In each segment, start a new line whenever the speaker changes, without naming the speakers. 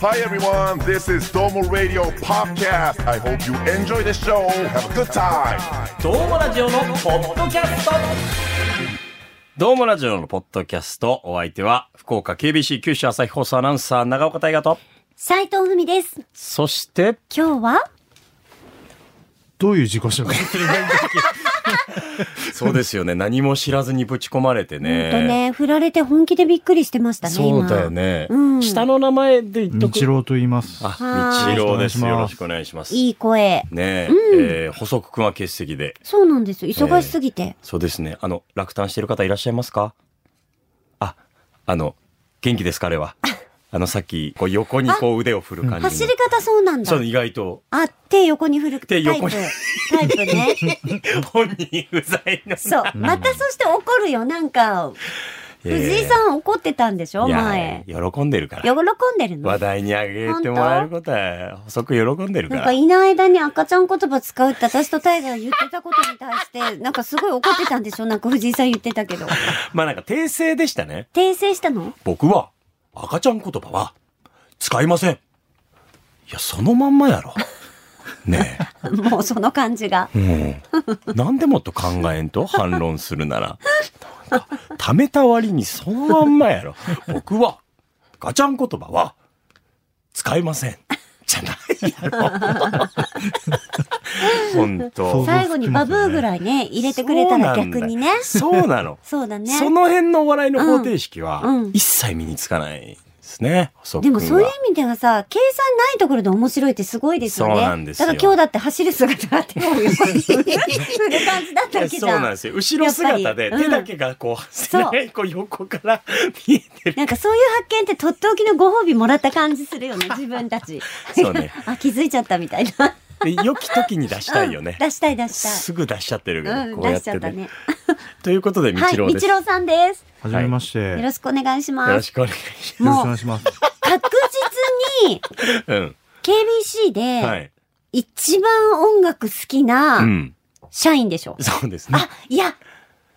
Hi everyone, this is Domo Radio Podcast. I hope you enjoy the show. Have a good time.
どうもラジオのポッドキャストどうもラジオのポッドキャスト、お相手は、福岡 KBC 九州朝日放送アナウンサー、長岡大和と、
斉藤文です。
そして、
今日は
どういう自 己紹介
そうですよね、何も知らずにぶち込まれて
本当ね、振られて本気でびっくりしてましたね。
そう
今
だよ。ね。
うん
下の名前で言っとく。
日郎と言います。
あ、
はい
日郎です。
お
よ
願
ろ
い
し
します
くお願いします。
いい声。
ねえ、えー補足くんは欠席で。
そうなんですよ。忙しすぎて。
そうですね。あの、落胆してる方いらっしゃいますかあ、あの、元気です、彼は。あの、さっき、こう、横にこう腕を振る感じの。
走り方そうなんだ
そ。う、意外と。
あ、手横に振るタ
手
イプ。
横に
タイプね。
本人不在の。
そう。またそして怒るよ。なん
え
か、
ー
藤井さん怒ってたんでしょ
いや
前。
喜んでるから
喜。んでるの
話題にあげてもらえることは、細く喜んでるか
なん
ら。
かいない間に赤ちゃん言葉使うって私と大我が言ってたことに対して、なんかすごい怒ってたんでしょなんか藤井さん言ってたけど。
まあなんか訂正でしたね。
訂正したの
僕は、赤ちゃん言葉は、使いません。いや、そのまんまやろ。ね
もうその感じが。
え。うん。なんでもっと考えんと反論するなら。なんかためた割にそのまんまやろ。僕は、ガチャン言葉は、使いません。じゃないやろ。本当。
そう
最後にバブーぐらいね、入れてくれたら逆にね。
そうなの。
そうだね。
その辺のお笑いの方程式は
うんうん
一切身につかないですね。細
で
君
も
は
そういう意味ではさ、計算ないところで面白いってすごいですよね。
そうなんですよ
だから今日だって走る姿があって、もう横に振る感じだったわけ
い
じ
や
ゃん。
そうなんですよ。後ろ姿で
やっぱり
手
うん
だけがこう、背
そう
中こう横から見えてる。
なんかそういう発見ってとっておきのご褒美もらった感じするよね、 自分たち。
そうね
あ、気づいちゃったみたいな。
で良き時に出したいよね。
出したい出し
すぐ出しちゃってるか
た
ら、
い。うん、
こう
出
やっ
しち
て
ゃった
ね。
ね。
ということで、道
はい、
郎です。
道郎さんです。
はじめまし
よ
て。よ
ろしくお願いし
よ
ま
ろ
す。
しくお願いし
ろしく
も
お
う
願いします。
確実に
ます。うん。
KBC で、
はい。
一番音楽好き
う。
なん社員でしょ、
そうですね。
あ、いや、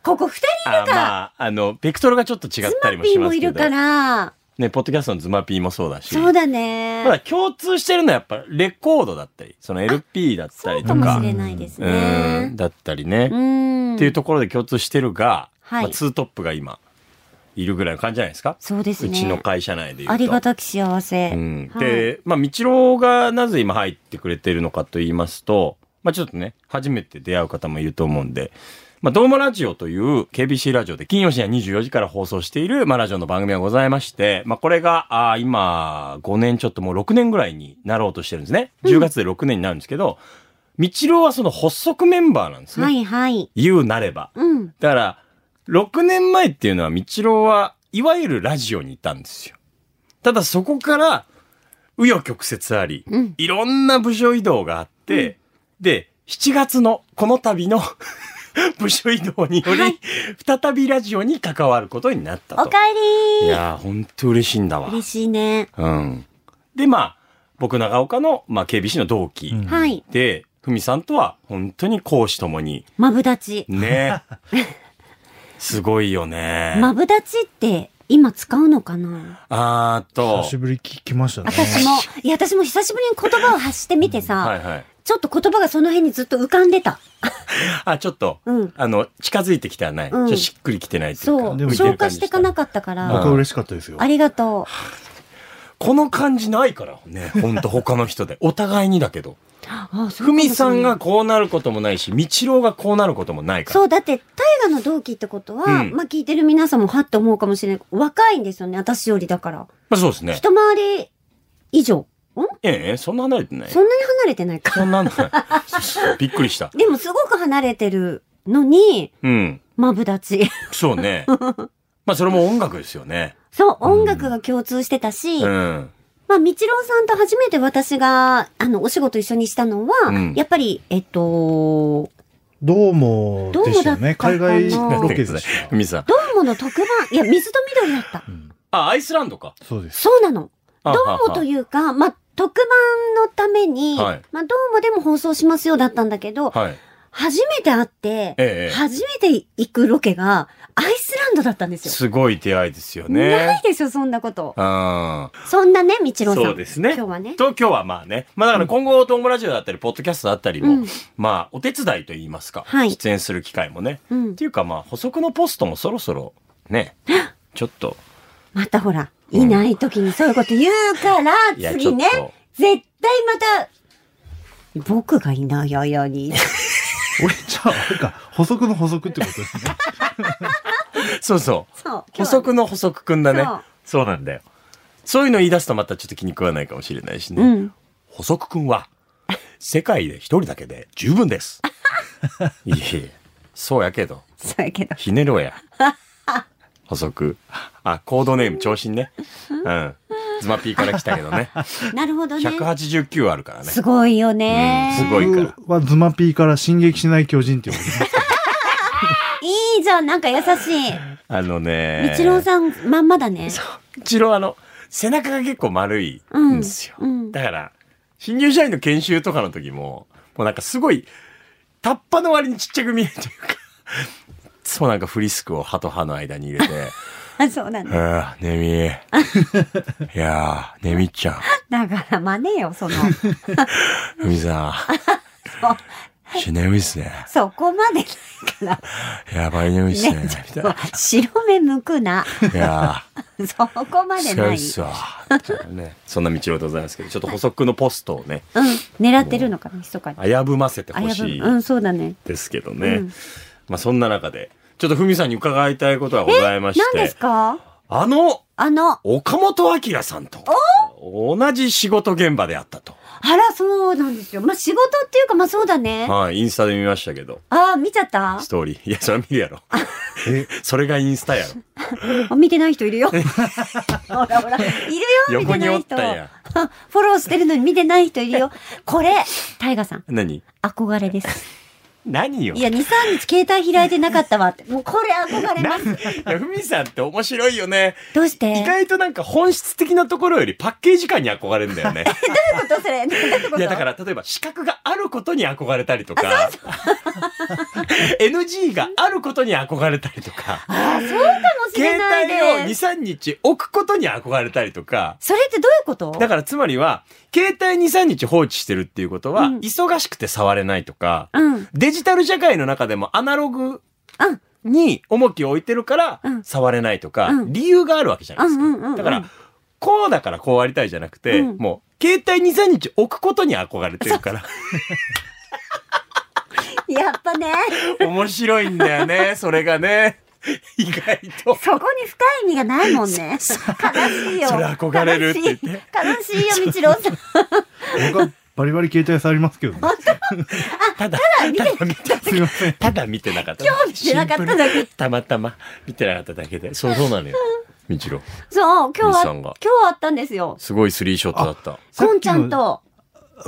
ここ二人い
あ
るか、
まあ、あの、ベクトルがちょっと違っ
ズ
た
マ
りも
ピ
し
ー
ま
も
す
い
け
る
ど
か。ら、
ね、ポッドキャストのズマピーもそうだし。
そう
た
だ
だ
ね。
共通してるのはやっぱレコードだったり、その LP だった
そ
り
うか
と
も
か
し、れないです
うん、
ね。
だったりね、
う
っ
ん。
ていうところで共通してるが、
はい
まあ、ツートップが今、いるぐらいの感じじゃないですか。
そうですね。
ちの会社内で言うと。
ありがたき幸せ。
うん、
はい
で、まあ、道郎がなぜ今入ってくれてるのかと言いますと、まあ、ちょっとね、初めて出会う方もいると思うんで、まあ、ドームラジオという KBC ラジオで金曜深夜24時から放送している、まあ、ラジオの番組がございまして、まあ、これが、あー今、5年ちょっともう6年ぐらいになろうとしてるんですね。10月で6年になるんですけど、道郎はその発足メンバーなんですね。
はいはい。
言うなれば。
うん。
だから、6年前っていうのは、道郎は、いわゆるラジオにいたんですよ。ただそこから、紆余曲折あり、
うん
いろんな部署移動があって、で、7月のこの度の 部署移動により、
はい
再びラジオに関わることになった
お
と
か。え
い
り
やー、ほんと嬉しいんだわ。
嬉しいね。
うん。で、まあ、僕長岡の、まあ、KBC の同期
うん
はい。
で、ふみさんとは本当に講師ともに、
マブダチ。
ね。すごいよね。
マブダチって今使うのかな
あーっと
久。しぶりに聞きましたね。
私も、いや私も久しぶりに言葉を発してみてさ、
はいはい。
ちょっと言葉がその辺にずっと浮かんでた。
あ、ちょっと、
うん
あの、近づいてきてはない。ちょ
うん
っとしっくりきてないというか。
そう。
でも
消化していかな
く
かったから。
僕は嬉しかったですよ
あ。りがと
この感じないからね。ほんと他の人で。 お互いにだけど。
う。あそう
ふみさんがこうなることもないし、みちろうがこうなることもないから。
そう、だって、大河の同期ってことは、
うん
まあ聞いてる皆さんもはって思うかもしれない。若いんですよね、私よりだから。
まあそうですね。
一回り以上。ん
ええ、そんな離れてない。
そんなに離れてないか。
そんなの びっくりした。
でもすごく離れてるのに、
うん。
マブダチ。
そうね。まあそれも音楽ですよね。
そう、音楽が共通してたし、
うん。
まあ、みちろうさんと初めて私が、あの、お仕事一緒にしたのは、
うん
やっぱり、えっと、
どうもでしたよね。
どうもだったかな
海外ロケでした。
ふみさん。
ドーモの特番、いや、水と緑だった。
うん
あ、アイスランドか。
そうです。
そうなの。
ど
ドーモというか、まあ、特番のために、
はい
まあ、ドーモでも放送しますよだったんだけど、
はい。
初めて会って、
ええ
初めて行くロケが、アイスランドだったんですよ。
すごい出会いですよ
ない
ね。
でしょ、そんなこと。
うん。
そんなね、みちろんさん。
そうですね。
今日はね。
と今日はまあね。まあだから今後、トンボラジオだったり、ポッドキャストだったりも、
うん
まあお手伝いといいますか、
はい
出演する機会もね。
うん
っていうかまあ補足のポストもそろそろね、ちょっと、
またほら、いない時にそういうこと言うから、
いや
次ね
ちょっと、
絶対また、僕がいないよう に。
俺、じゃあ、あれか、補足の補足ってことですね。
そうそう。
そう。
補
今日は
足の補足くんだね
そう。
そうなんだよ。そういうの言い出すとまたちょっと気に食わないかもしれないしね。
うん
補足くんは、世界で一人だけで十分 です。いえいえ、そうやけど。
そうやけど。
ひねろや。補足。あ、コードネーム、長身ね。うん。ズマピーから来たけどね。
なるほどね。
189あるからね。
すごいよね。
すごいから。
僕はズマピーから進撃しない巨人って呼ばれてます。
いいじゃん、なんか優しい。
あのね。
みちろさん、まんまだね。
うちろあの、背中が結構丸いんですよ。
うんうん
だから、新入社員の研修とかの時も、もうなんかすごい、タッパの割にちっちゃく見えるというか、そうなんかフリスクを歯と歯の間に入れて、
あ、 そうなんだ。
あー、ねみ。いやー、ねみちゃん。
だから、真似よ、その。
海さん。し眠いっすね。
そこまでないから。
やばい眠いっすね。
ね、ちょっと、白目向くな。
いや
そこま
ー、
で
すご
ないい。
っす わ。ねそんな道郎でございますけど、ちょっと補足のポストをね、
うん、狙ってるのかな、密かに。
危ぶませて
あ
ほ
やぶ
しい
うん、そうだね。
ですけどね。
うん
まあそんな中で、ちょっとふみさんに伺いたいことがございまし
何で
て
す、か
あの、
あの、
岡本明さんと、同じ仕事現場であったと。
あら、そうなんですよ。まあ、仕事っていうか、まあ、そうだね。
はい、インスタで見ましたけど、
ああ、見ちゃった
ストーリー。いや、 それは見るやろ。
え、
それがインスタやろ。
あ見てない人いるよ。ほ らほら、いるよ、見
横
て
に
な
お
い
っ
人。
たや
フォローしてるのに見てない人いるよ。これ、タイガさん、
何
憧れです。
何よ
いや、2、3日携帯開いてなかったわ って。もうこれ憧れます。
いやふみさんって面白いよね。
どうして
意外となんか本質的なところよりパッケージ感に憧れるんだよね。
どういう ことそれ。どういうこと
いやだから例えば資格があることに憧れたりとか、NG があることに憧れたりとか、
あそうかもしれ
携
ない
帯を2、
ね。
3日置くことに憧れたりとか、
それってどういうこと
だからつまりは、携帯2、3日放置してるっていうことは、
うん
忙しくて触れないとか、
うん。
デジタル社会の中でもアナログ
うん
に重きを置いてるから
うん
触れないとか、
うん
理由があるわけじゃないですか。
うんうんうんうん
だから、こうだからこうありたいじゃなくて、
うん
もう、携帯2、3日置くことに憧れてるから、
やっぱね、
面白いんだよ ね、それがね。意外と。
そこに深い意味がないもんね。悲しいよ。
それ憧れるって言って
悲しい悲しいよ、みちろさん。
僕はバリバリ携帯触りますけどね。
ただ、ただ見て、
すいません。
ただ見てなかった。
今日見てなかっただけ
シンプルたまたま見てなかっただけで。そう、そうなのよ。みちろ。
そう、今日は、
みさん
今
が
日あったんですよ。
すごいスリーショットだった。
さっきの
こんちゃんと、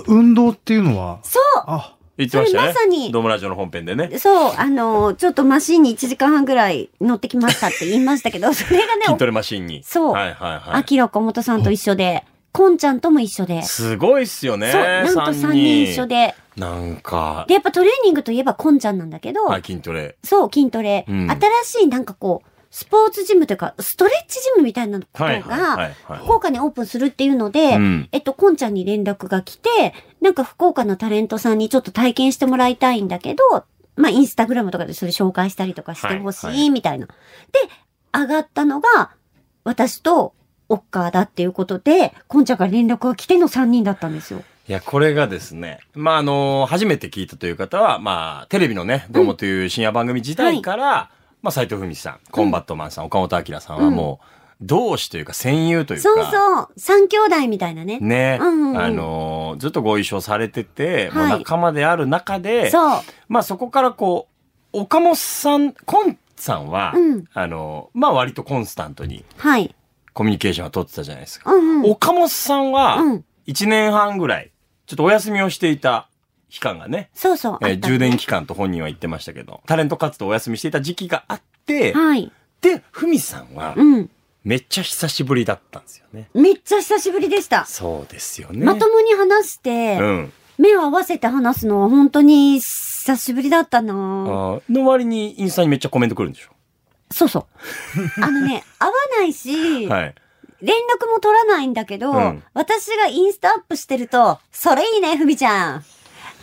運動っていうのは、
そう
あ、
言ってましたね。
それまさに
ドームラジオの本編でね。
そう、あの、ちょっとマシンに1時間半ぐらい乗ってきましたって言いましたけど、それがね、
筋トレマシンに。
そう
はいはいは
あ
い。
きら岡本さんと一緒で、こんちゃんとも一緒で、そ
すごいっすよ
う、
ね。
なんと3人一緒。で、
なんか
で、、やっぱトレーニングといえばこんちゃんなんだけど、
はい、筋トレ。
そう、筋トレ、
うん
新しいなんかこう、スポーツジムというか、ストレッチジムみたいなこと
はいはいは
が、
いはい。
福岡にオープンするっていうので、
うん
えっと、こんちゃんに連絡が来て、なんか福岡のタレントさんにちょっと体験してもらいたいんだけど、まあ、インスタグラムとかでそれ紹介したりとかしてほ
はい
し、
はい
みたいな。で、上がったのが、私と、オッカーだっていうことで、こんちゃんから連絡が来ての3人だったんですよ。
いや、これがですね、まあ、あの、初めて聞いたという方は、まあ、テレビのね、どうもという深夜番組時代から、まあ、斎藤文さん、コンバットマンさん、岡本明さんはもう、同志というか、戦友というか、
そうそう、3兄弟みたいなね。
ね、
うんうんうん
あの、ずっとご一緒されてて、
はい
もう仲間である中で、
そう。
まあ、そこからこう、岡本さん、コンさんは、
うん
あの、まあ、割とコンスタントに
はい。
コミュニケーションは取ってたじゃないですか。
うんうん。
岡本さんは
うん、
1年半ぐらい、ちょっとお休みをしていた期間がね、
そうそう。
え
あ
ー
った
充電期間と本人は言ってましたけど、タレント活動をお休みしていた時期があって、
はい。
で、ふみさんは
うん。
めっちゃ久しぶりだったんですよね。
めっちゃ久しぶりでした。
そうですよね。
まともに話して、
うん。
目を合わせて話すのは本当に久しぶりだった
あ
な
ー
ぁ
の割にインスタにめっちゃコメントくるんでしょ
そうそう。 あのね、会わないし、
はい。
連絡も取らないんだけど、
うん
私がインスタアップしてると、それいいね、ふみちゃん。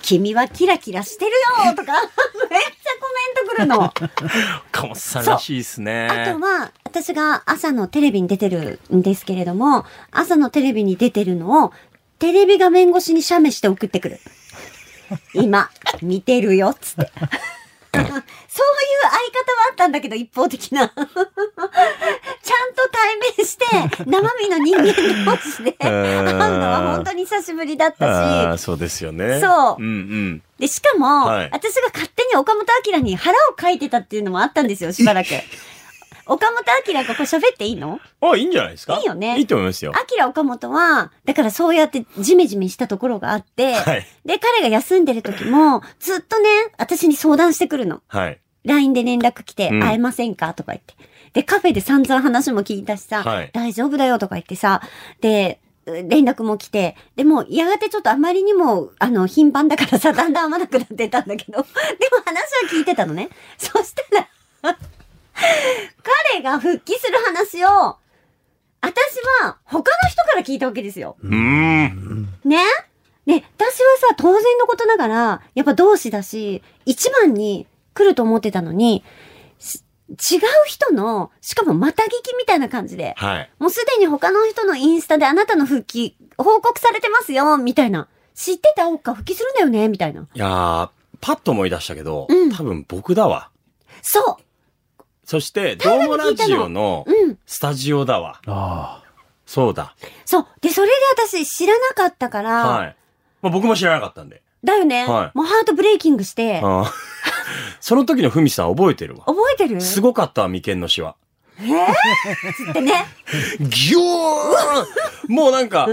君はキラキラしてるよとか、 めっちゃコメントくるの。
かもさんらしいです
あ
ね
と。は、私が朝のテレビに出てるんですけれども、朝のテレビに出てるのを、テレビ画面越しに写メして送ってくる。今、見てるよ、つって。 そういう相方はあったんだけど、一方的な。ち ゃんと対面して、生身の人間同士で会うのは本当に久しぶりだっ
あ
た
あ、
し、
そうですよね。
そう
うん
で、しかも、
はい
私が勝手に岡本明に腹をかいてたっていうのもあったんで すよ、しばらく。岡本明、ここ喋っていいの
うん。あ、いいんじゃないですか
いいよね
いいと思いますよ。
明岡本は、だからそうやってジメジメしたところがあって、
はい。
で、彼が休んでる時も、ずっとね、私に相談してくるの。
はい。
LINE で連絡来て、
うん
会えませんかとか言って。で、カフェで散々話も聞いたしさ、
はい
大丈夫だよとか言ってさ、で、う連絡も来て、でも、やがてちょっとあまりにも、あの、頻繁だからさ、だんだん合わなくなってたんだけど、でも話は聞いてたのね。そしたら、彼が復帰する話を、私は他の人から聞いたわけですよ。
うーん。
ねね、私はさ、当然のことながら、やっぱ同志だし、一番に来ると思ってたのに、し違う人の、しかもまた聞きみたいな感じで、
はい。
もうすでに他の人のインスタであなたの復帰、報告されてますよ、みたいな。知ってたおっか復帰するんだよね、みたいな。
いやー、パッと思い出したけど、
うん
多分僕だわ。
そ
そして、ドームラジオの
ううん
スタジオだわ。
あ
そうだ。
そうで、それで私知らなかったから、
はい。まあ、僕も知らなかったんで。
だよね、
はい
もうハートブレーキングして、
あー その時のふみさん覚えてるわ。
覚えてる
すごかったわ、眉間のシワ。
えー、つってね。
ぎょーもうなんか、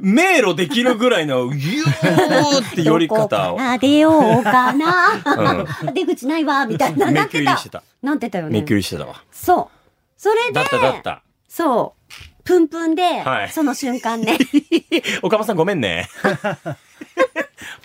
迷路できるぐらいの、ぎょーって寄り
どこ
方
か
を。
な出ようかな、
う
出口ないわみたいなな
目
っ
く
て
り
た
してた。
なんてたよ
目
ね
くりしてたわ。
そうそれで
だっただった。
そうプンプンで、
はい
その瞬 間ね
岡本さんごめん ね。岡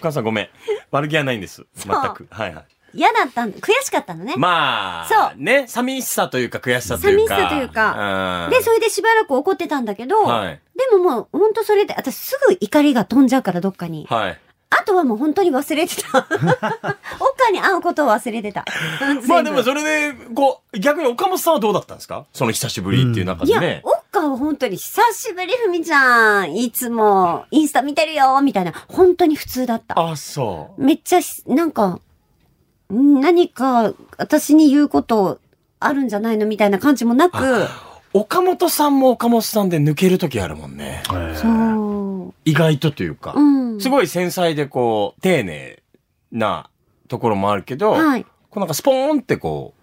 本さんごめん。悪気はないんです。全く。はいはい。
嫌だったん悔しかったのね、
まあ、ね、寂しさというか悔しさというか。
寂しさというか
うん
でそれでしばらく怒ってたんだけど、
はい。
でももうほんとそれで私すぐ怒りが飛んじゃうからどっかに
はい。
あとはもう本当に忘れて た おっかに会うことを忘れてた
まあでも
全
それで、こう、逆に岡本さんはどうだったんですかその久しぶりっていう中
部い
で
や、
ね。
おっかは本当に久しぶりふみちゃんいつもインスタ見てるよみたいな本当に普通だった
あ、そう。
めっちゃし、なんか、ん何か私に言うことあるんじゃないのみたいな感じもなく、
岡本さんも岡本さんで抜ける時あるもんね。
あ。ええ
そう。
意外とというか、
うん。
すごい繊細でこう、丁寧なところもあるけど、
はい。
こうなんかスポーンってこ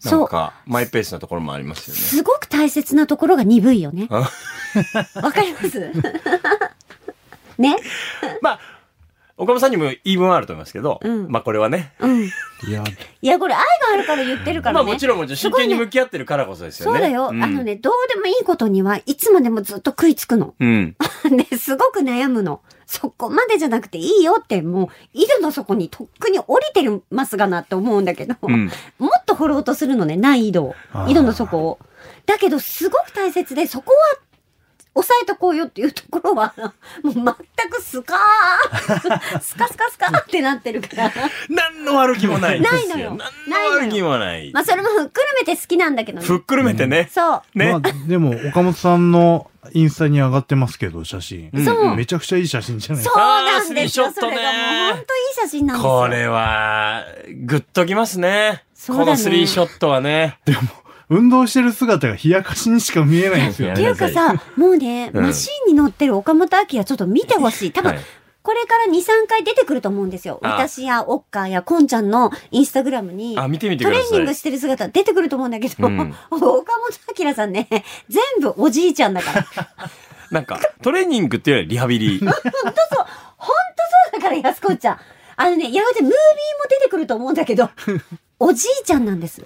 う、な
そ
ん
う
かマイペースなところもありますよね。
すごく大切なところが鈍いよね。
あ
わかります ね
まあ、岡本さんにも言い分はあると思いますけど、
うん
まあこれはね、
うん。い
いや、
や、これ愛があるから言ってるから
まあ
ね。
もちろんもちろん真剣に向き合ってるからこそですよ
そう
ね。
だよ、
ん
あの。ね、どうでもいいことにはいつまでもずっと食いつくの。
うん。
ね、すごく悩むの。そこまでじゃなくていいよって、もう、井戸の底にとっくに降りてますがなって思うんだけど、
うん。
もっと掘ろうとするのね、ない井戸を
あ。ー
井戸の底を。だけど、すごく大切で、そこは、押さえとこうよっていうところは、 もう全くスカ ースカスカスカってなってるから。
何の悪気もないんですよ。
ないのよ
何の悪気もない。
まあ、それもふっくるめて好きなんだけど
ふっ
ね。
くるめてね。
そう。
ね。
まあでも岡本さんのインスタに上がってますけど、写真。
うん
そう
うん
めちゃくちゃいい写真じゃないで
そ
す
うな
か。
んです
あー
よ。
スリーショッ
そ
ト
れ
ね
がもう本当いい写真なんですよ。
これは、グッときますね。
そうだ
こ
ね
のスリーショットはね。
運動してる姿が冷やかしにしか見えないんですよ
って
ね。
いうかさ、もうね、
うん
マシーンに乗ってる岡本明ちょっと見てほしい。多分、
はい
これから2、3回出てくると思うんですよ。
あ
私やオッカーやコンちゃんのインスタグラムに。
あ、見てみて
ト
く
レ
だ
ーニング
さい。
してる姿出てくると思うんだけど、
うん
岡本明さんね、全部おじいちゃんだから。
なんか、トレーニングっていうよりリハビリ。
ほんとそうだから、安子ちゃん。あのね、やがてムービーも出てくると思うんだけ ど、おじいちゃんなんです。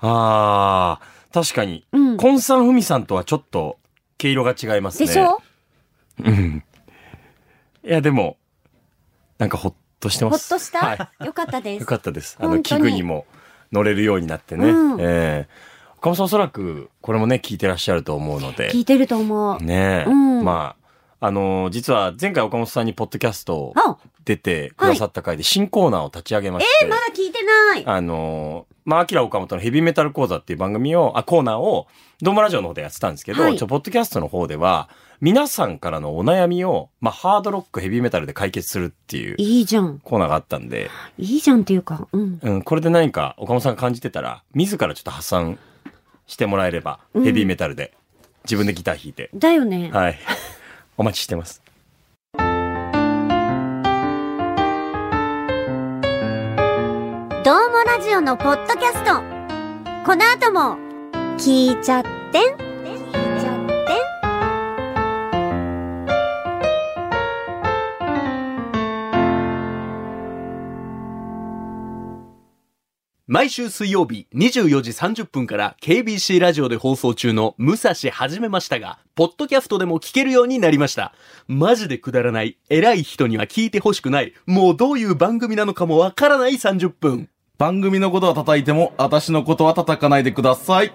あー、確かに。
うん。
コンさん、ふみさんとはちょっと、毛色が違いますね。
でしょ
うん。いや、でも、なんかほっとして
ほ
ま
っ
す。
とし
は
た
い。
よかったです
よ。かったです。あの、
本当
器
に
具にも乗れるようになってね。
うん
ええ岡本さんおそらく、これもね、聞いてらっしゃると思うので。
聞いてると思う。
ねえ、
うん
まあ、あのー実は前回岡本さんにポッドキャストを
あ、
出てくださった回で新コーナーを立ち上げまして、
まだ聞いてない。
あのーまあ、アキラ岡本のヘビーメタル講座っていう番組を、あ、コーナーを、ドームラジオの方でやってたんですけど、
はい
ちょ、ポッドキャストの方では、皆さんからのお悩みを、まあ、ハードロック、ヘビーメタルで解決するっていう
いいじゃん。
コーナーがあったんで、
いいじゃんっていうか、うん。
うん、これで何か岡本さんが感じてたら、自らちょっと発散してもらえれば、
うん
ヘビーメタルで、自分でギター弾いて、
だよね。
はい。お待ちしてます。
どうもラジオのポッドキャスト。この後も、聞いちゃってん。聞いちゃってん。
毎週水曜日24時30分から KBC ラジオで放送中の武蔵始めましたが、ポッドキャストでも聞けるようになりました。マジでくだらない、偉い人には聞いてほしくない、もうどういう番組なのかもわからない30分。
番組のことは叩いても、私のことは叩かないでください。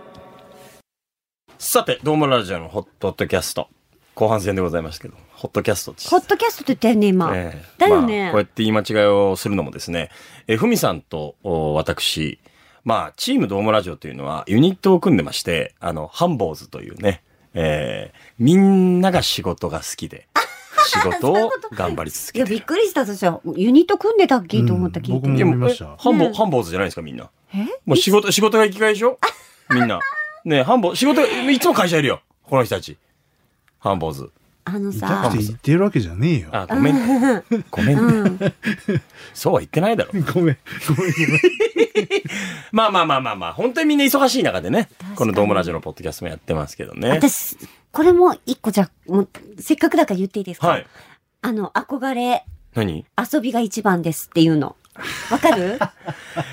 さて、どうもラジオのホットキャスト。後半戦でございますけど、ホットキャストです
ポッドキャストって言ったよね、今。
ええ
だよね
まあこうやって言い間違いをするのもですね、えー、ふみさんとお私、まあ、チームドームラジオというのはユニットを組んでまして、あの、ハンボーズというね、えーみんなが仕事が好き で、仕事を頑張り続
い
け
や、
て
び
る
っ。くりした、そしたら。ユニット組んでたっけと思った、
うん
聞いて。
僕
で
も
も
思いました
えハンボ、
ね
ハンボーズじゃないですか、みんな。
え
もう仕事、仕事が生きがいでしょみんな。ねえハンボ、仕事、いつも会社いるよ。この人たち。ハンボーズ。
あの
痛
さ
くて、言ってるわけじゃねえよ。
あ、ごめん。ごめん。
うん。
そうは言ってないだろ。
ごめん、ごめん、ごめん。
まあまあまあまあまあ、本当にみんな忙しい中でね
かに、
このドームラジオのポッドキャストもやってますけどね。
私、これも一個じゃ、もう、せっかくだから言っていいですか
はい。
あの、憧れ、
何
遊びが一番ですっていうの。わかる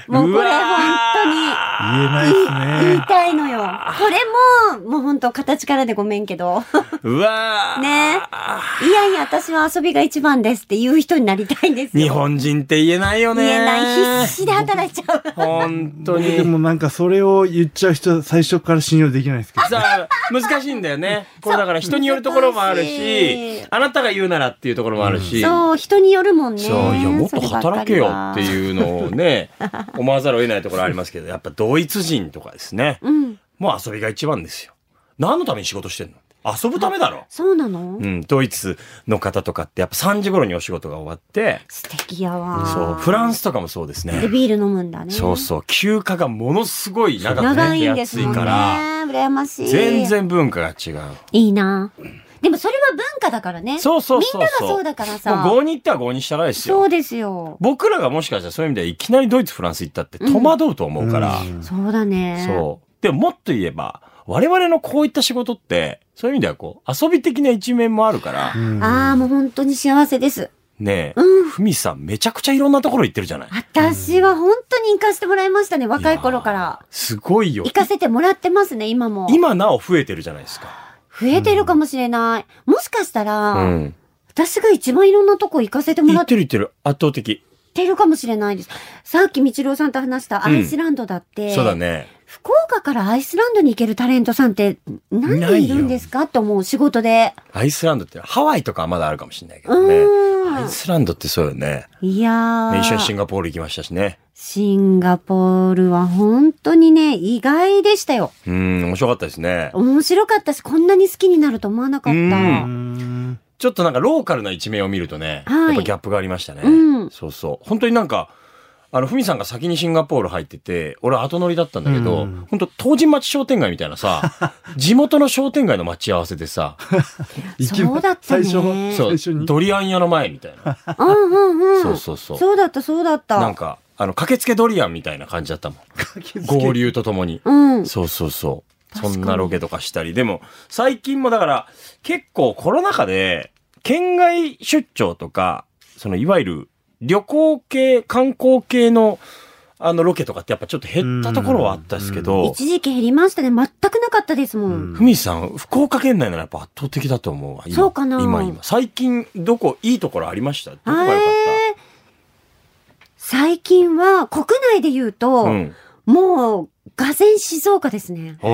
もうこれ本当に
言えないっす
言い
ね。
たいのよ。これも、もう本当形からでごめんけど。
うわー
ねいやいや、私は遊びが一番ですっていう人になりたいんですよ。
日本人って言えないよね。
言えない。必死で働いちゃう。
本当
で
に。
もなんかそれを言っちゃう人は最初から信用できないですけど。
さあ、難しいんだよ ね。これだから人によるところもある
難し
し
い、
あなたが言うならっていうところもあるし。
そう、人によるもんね。
そういやもっと働けよって
う。
いうのをね 思わざるを得ないところありますけどやっぱドイツ人とかですね
うん。
もう遊びが一番ですよ何のために仕事してんの遊ぶためだろ
そうなの、
うん、ドイツの方とかってやっぱ3時頃にお仕事が終わって、
素敵やわ。
そう、フランスとかもそうです
で、
ね。
ビール飲むんだね。
そうそう、休暇がものすごい長く
長
ね、
いん
手
です
厚
も
い
んね。
から、
羨ましい。
全。然文化が違う。
いいな。でもそれは文化だからね。
そうそうそう。
みんながそうだからさ
もう5に行ったら5に従いです
そ
よ
う。ですよ。
僕らがもしかしたらそういう意味ではいきなりドイツ、フランス行ったって戸惑うと思うから、
うん
そうだね。
そう。でももっと言えば、我々のこういった仕事って、そういう意味ではこう、遊び的な一面もあるから、
うん
ああ、もう本当に幸せです。
ねえ、
うん。
ふみさんめちゃくちゃいろんなところ行ってるじゃない
私は本当に行かせてもらいましたね、若い頃か
い
ら
や。すごいよ
行。かせてもらってますね、今も。
今なお増えてるじゃないですか。
増えてるかもしれない。もしかしたら、
うん。
私が一番いろんなとこ行かせても
言
ら
っ
って
てる言ってる。圧倒的。
るかもしれないです。さっきみちろうさんと話したアイスランドだって、
そうだね。
福岡からアイスランドに行けるタレントさんって何
な
人い
いよ
るんですかと思う仕事で。
アイスランドって、ハワイとかはまだあるかもしれないけどね。
う
ア
ーん
イ。スランドってそうよね。
いや
ね一緒にシン
ー。
ガポール行きましたしね。
シンガポールは本当にね、意外でしたよ。
うん、面白かったですね。
面白かったし、こんなに好きになると思わなかっ
う
うん
た。
ん
ちょっとなんかローカルな一面を見るとね、
はい
やっぱギャップがありましたね。
うん
そうそう。本当になんか、あの、ふみさんが先にシンガポール入ってて、俺後乗りだったんだけど、
うん
本当当人町商店街みたいな さ、地元の商店街の待ち合わせでさ、
いきな
そ
り
うだったね
最初の、
そ
最
う
初に。
ドリアン屋の前みたいな。
うんうんうん。
そうそうそう。
そうだった、そうだった。
なんか、あの、駆けつけドリアンみたいな感じだった もん。合流とともに。
うん。
そうそうそう。
確か
そ
に
んなロケとかしたり。でも、最近もだから、結構コロナ禍で、県外出張とか、その、いわゆる、旅行系、観光系の、あの、ロケとかってやっぱちょっと減ったところはあったですけど、
一時期減りましたね。全くなかったですもん。
うん
ふみさん、福岡県内ならやっぱ圧倒的だと思うわ。今
そうかな
今今。最近、どこ、いいところありましたどこが良かっ
最近は、国内で言うと、
たうん。
もう、がぜん静岡ですね。
ああ、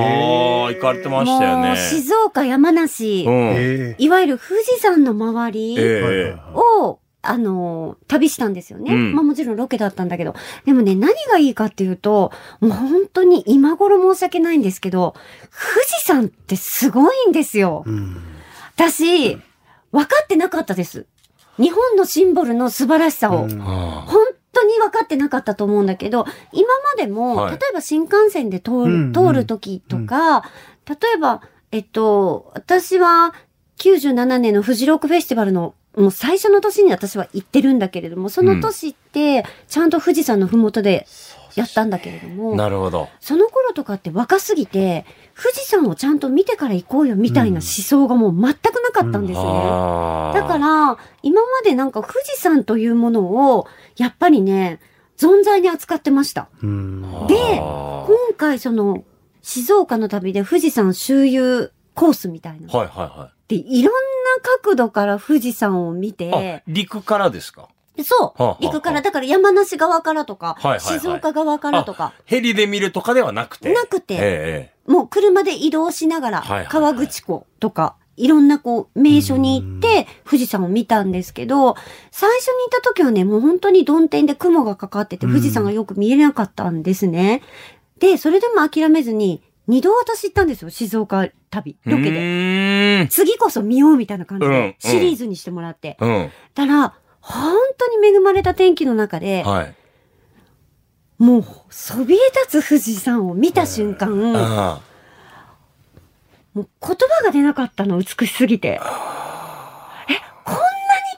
行かれてましたよ
も
ね
う。静岡、山梨、
うん。え
え
いわゆる富士山の周り
えはいはい
え
は
を、あのー旅したんですよね。
うん
まあもちろんロケだったんだけど。でもね、何がいいかっていうと、もう本当に今頃申し訳ないんですけど、富士山ってすごいんですよ。
いうん
私、分かってなかったです。日本のシンボルの素晴らしさを。
うん
は
本当に分かってなかったと思うんだけど、今までも、
はい
例えば新幹線で通る、
うん
通る時とか、例えば、えっと、私は97年のフジロックフェスティバルのもう最初の年に私は行ってるんだけれども、その年って、ちゃんと富士山のふもとでやったんだけれども、
あなるほど。
その頃とかって若すぎて、富士山をちゃんと見てから行こうよみたいな思想がもう全くなかったんですね。
ああ。
だから、今までなんか富士山というものを、やっぱりね、存在に扱ってました。
うん
で
あ
今回その、静岡の旅で富士山周遊コースみたいな
ー。はいは
で、いろんな角度から富士山を見
いはい。あ
て、、
陸からですか
でそう、
あはあ
陸から、だから山梨側からとか、
はいはいはい
静岡側からとか、
ヘリで見るとかではなくて。
なくて、
え
もう車で移動しながら
はいはいは、い
川口湖とか、いろんなこう、名所に行って、富士山を見たんですけど、最初に行った時はね、もう本当に曇天で雲がかかってて、
うん
富士山がよく見えなかったんですね。で、それでも諦めずに、二度私行ったんですよ、静岡旅、
えええ。
ロケで。
で。
次こそ見ようみたいな感じ
うんうん
で、シリーズにしてもらって。
うん。うん。
たら、本当に恵まれた天気の中で、
はい。
もう、そびえ立つ富士山を見た瞬間、
あ
もう言葉が出なかったの、美しすぎて。え、こんなに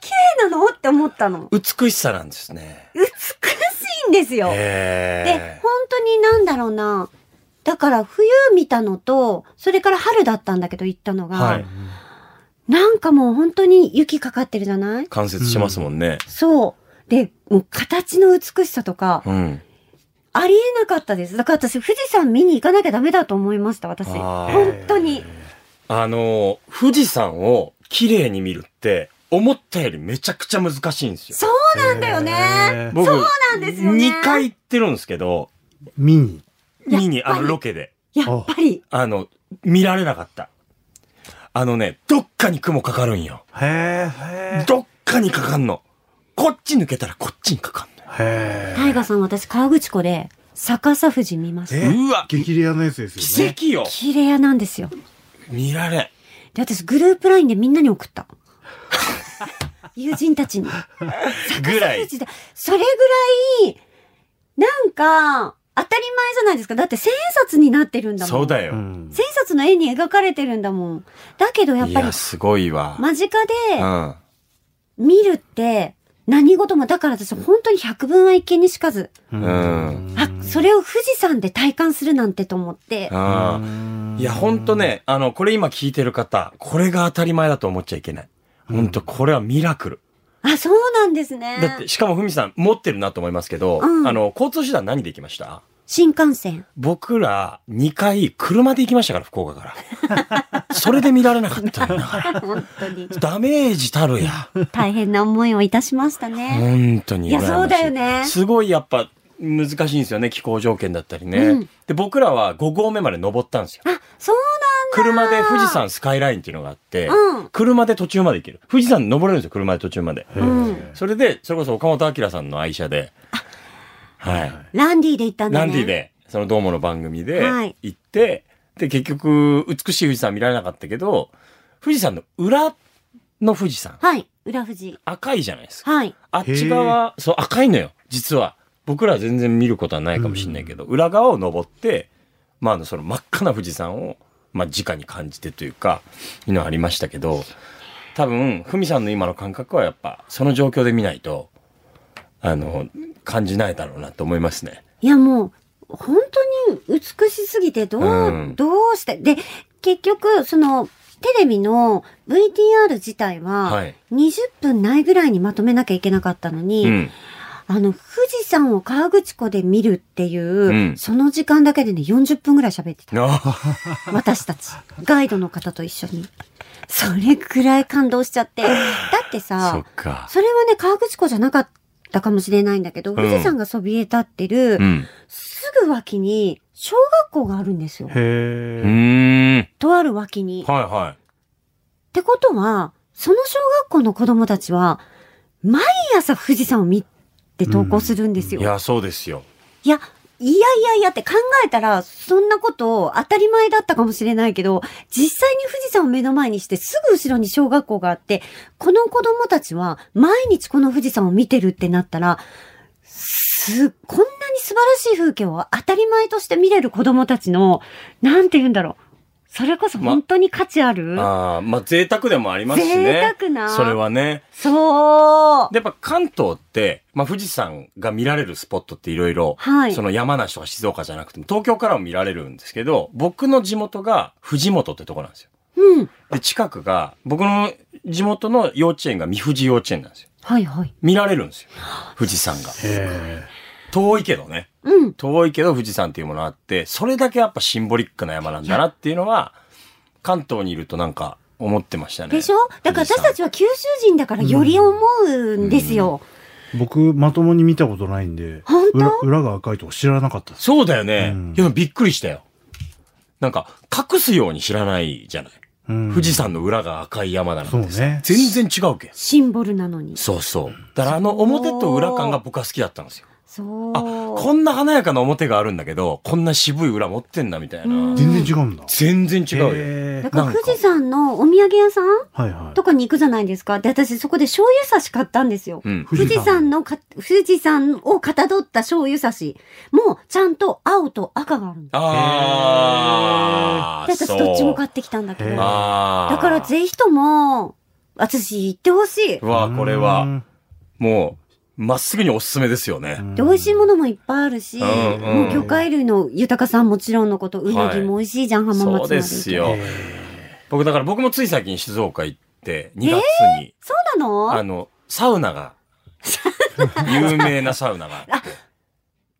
綺麗なのって思ったの。
あ美しさなんですね。
美しいんですよ。で
ええ、。
本当になんだろうな。だから冬見たのと、それから春だったんだけど行ったのが、
はい。
なんかもう本当に雪かかってるじゃない
関節しますもんね。
そう。で、もう形の美しさとか、
うん。
ありえなかったです。だから私、富士山見に行かなきゃダメだと思いました、私。
あー
本当に。
あのー、富士山を綺麗に見るって、思ったよりめちゃくちゃ難しいんですよ。
そうなんだよね。
えー
僕
そうなんですよね
2回行ってるんですけど、
見に
見に、あ
やっぱ
の、
り
ロケで。
やっぱり。
あの、見られなかった。あのね、どっかに雲かかるんよ。
へえへえ
どっかにかかんの。こっち抜けたらこっちにかかんのよ。
へ
タイガさん、私、川口湖で、逆さ富士見ました。
え
うわ
激レアのやつです
奇
よね
跡よ
綺麗なんですよ。
見られ
で、私、グループラインでみんなに 送った。友人たちに。
んぐらい
富。士だそれぐらい、なんか、当たり前じゃないですか。だって、千円札になってるんだもん。
そうだ
う
よ。
ん
千円札の絵に描かれてるんだもん。だけど、やっ
い
ぱり
や、、すごいわ。
間近
う
で
ん。
見るって、何事も、だから私、本当に百聞は一見にしかず。
う
うん
あ、それを富士山で体感するなんてと思って。
あ
ん
いや、ほんとね、あの、これ今聞いてる方、これが当たり前だと思っちゃいけない。ほんと、これはミラクル。
あ、そうなんですね。
だって、しかもふみさん、持ってるなと思いますけど、
うん
あの、交通手段何で行きました
新幹線。
僕ら、2回、車で行きましたから、福岡から。 それで見られなかったんだから。
本当に。
ダメージたるや。
大変な思いをいたしましたね。
本当に。
いやそうだよね
羨ましいすごいやっぱ、難しいんですよね、気候条件だったりね。
うん
で、僕らは5合目まで登ったんですよ。
あ、そう
車で富士山スカイラインっていうのがあって、
うん
車で途中まで行ける。富士山登れるんですよ、車で途中まで。
なんだ。うん。
それで、それこそ岡本明さんの愛車で、はい。
ランディで行ったんだ
ラ
ね。
ンディ。で、そのドームの番組で
はい
行って、で、結局、美しい富士山見られなかったけど、富士山の裏の富士山、
はい。裏富士。
赤いじゃないですか。
はい。
あっち側、そう、赤いのよ、実は。僕らは全然見ることはないかもしれないけど、裏側を登って、まああの、その真っ赤な富士山を、まあ、直に感じてというか、いうのはありましたけど、多分、ふみさんの今の感覚はやっぱ、その状況で見ないと、あの、感じないだろうなと思いますね。
いやもう、本当に美しすぎて、どう、
うん
どうして。で、結局、その、テレビの VTR 自体
は、
はい20分ないぐらいにまとめなきゃいけなかったのに、
うん。
あの、富士山を河口湖で見るっていう、
ん
その時間だけでね、40分ぐらい喋ってた。
あ
私たち。ガイドの方と一緒に。それくらい感動しちゃって。だって
あ、そ
さ
っ、か。
それはね、河口湖じゃなかったかもしれないんだけど、
ん
富士山がそびえ立ってる、
うん。
すぐ脇に小学校があるんですよ。
う
へえ。
ーん。
とある脇に。っ
はいは
てことは、その小学校の子供たちは、毎朝富士山を見て投稿するんです
い。
よ。
いや、そうですよ。
いや、いやいやいやって考えたら、そんなこと当たり前だったかもしれないけど、実際に富士山を目の前にしてすぐ後ろに小学校があって、この子供たちは毎日この富士山を見てるってなったら、す、こんなに素晴らしい風景を当たり前として見れる子供たちの、なんて言うんだろう。それこそ本当に価値ある、
ああ、まあ、贅沢でもありますしね。
贅沢な
それはね。
そう。
で、やっぱ関東って、まあ、富士山が見られるスポットっていろいろ、
はい
その山梨とか静岡じゃなくても、東京からも見られるんですけど、僕の地元が藤本ってとこなんですよ。
うん。
で、近くが、僕の地元の幼稚園が三藤幼稚園なんですよ。
はいはい。
見られるんですよ。富士山が。
へ
遠いけどね。
うん。
遠いけど富士山っていうものがあって、それだけやっぱシンボリックな山なんだなっていうのは、関東にいるとなんか思ってましたね。
でしょだから
富士
私
山
たちは九州人だからより思うんですよ。
え。僕、まともに見たことないんで、
本当
裏裏が赤いとこ知らなかったです。
そうだよね。
うん
いや、びっくりしたよ。なんか、隠すように知らないじゃない。
うん
富士山の裏が赤い山だな
そ
ん
う
てさ、
ね。
全然違うけん。
シンボルなのに。
そうそう。だからあの表と裏感が僕は好きだったんですよ。
そう。
あ、こんな華やかな表があるんだけど、こんな渋い裏持ってんだみたいな。
全然違うんだ。
全然違うよ。
へ
だ
え
から富士山のお土産屋さん
はいは
とかに行くじゃないですか。で、私そこで醤油差し買ったんですよ。
うん。
富
富
士
士
山
山のか、富士山をかたどった醤油差し。もうちゃんと青と赤があるの。で、
ああ。
私どっちも買
っ
ってきたんだけ
へ
ど。
ー
だ
ああ。
からぜひとも、私行ってほし
う
い。
い。
わあ、これは、
う
もう、まっすぐにおすすめですよね。
ん。
で、美味しいものもいっぱいあるし、
うんうん
もう魚介類の豊かさはもちろんのこと、うなぎも美味しいじゃん、浜松ま
そうです。よ。僕、だから僕もつい最近静岡行って、2月に、
そうなの
あの、サウナが、有名なサウナが。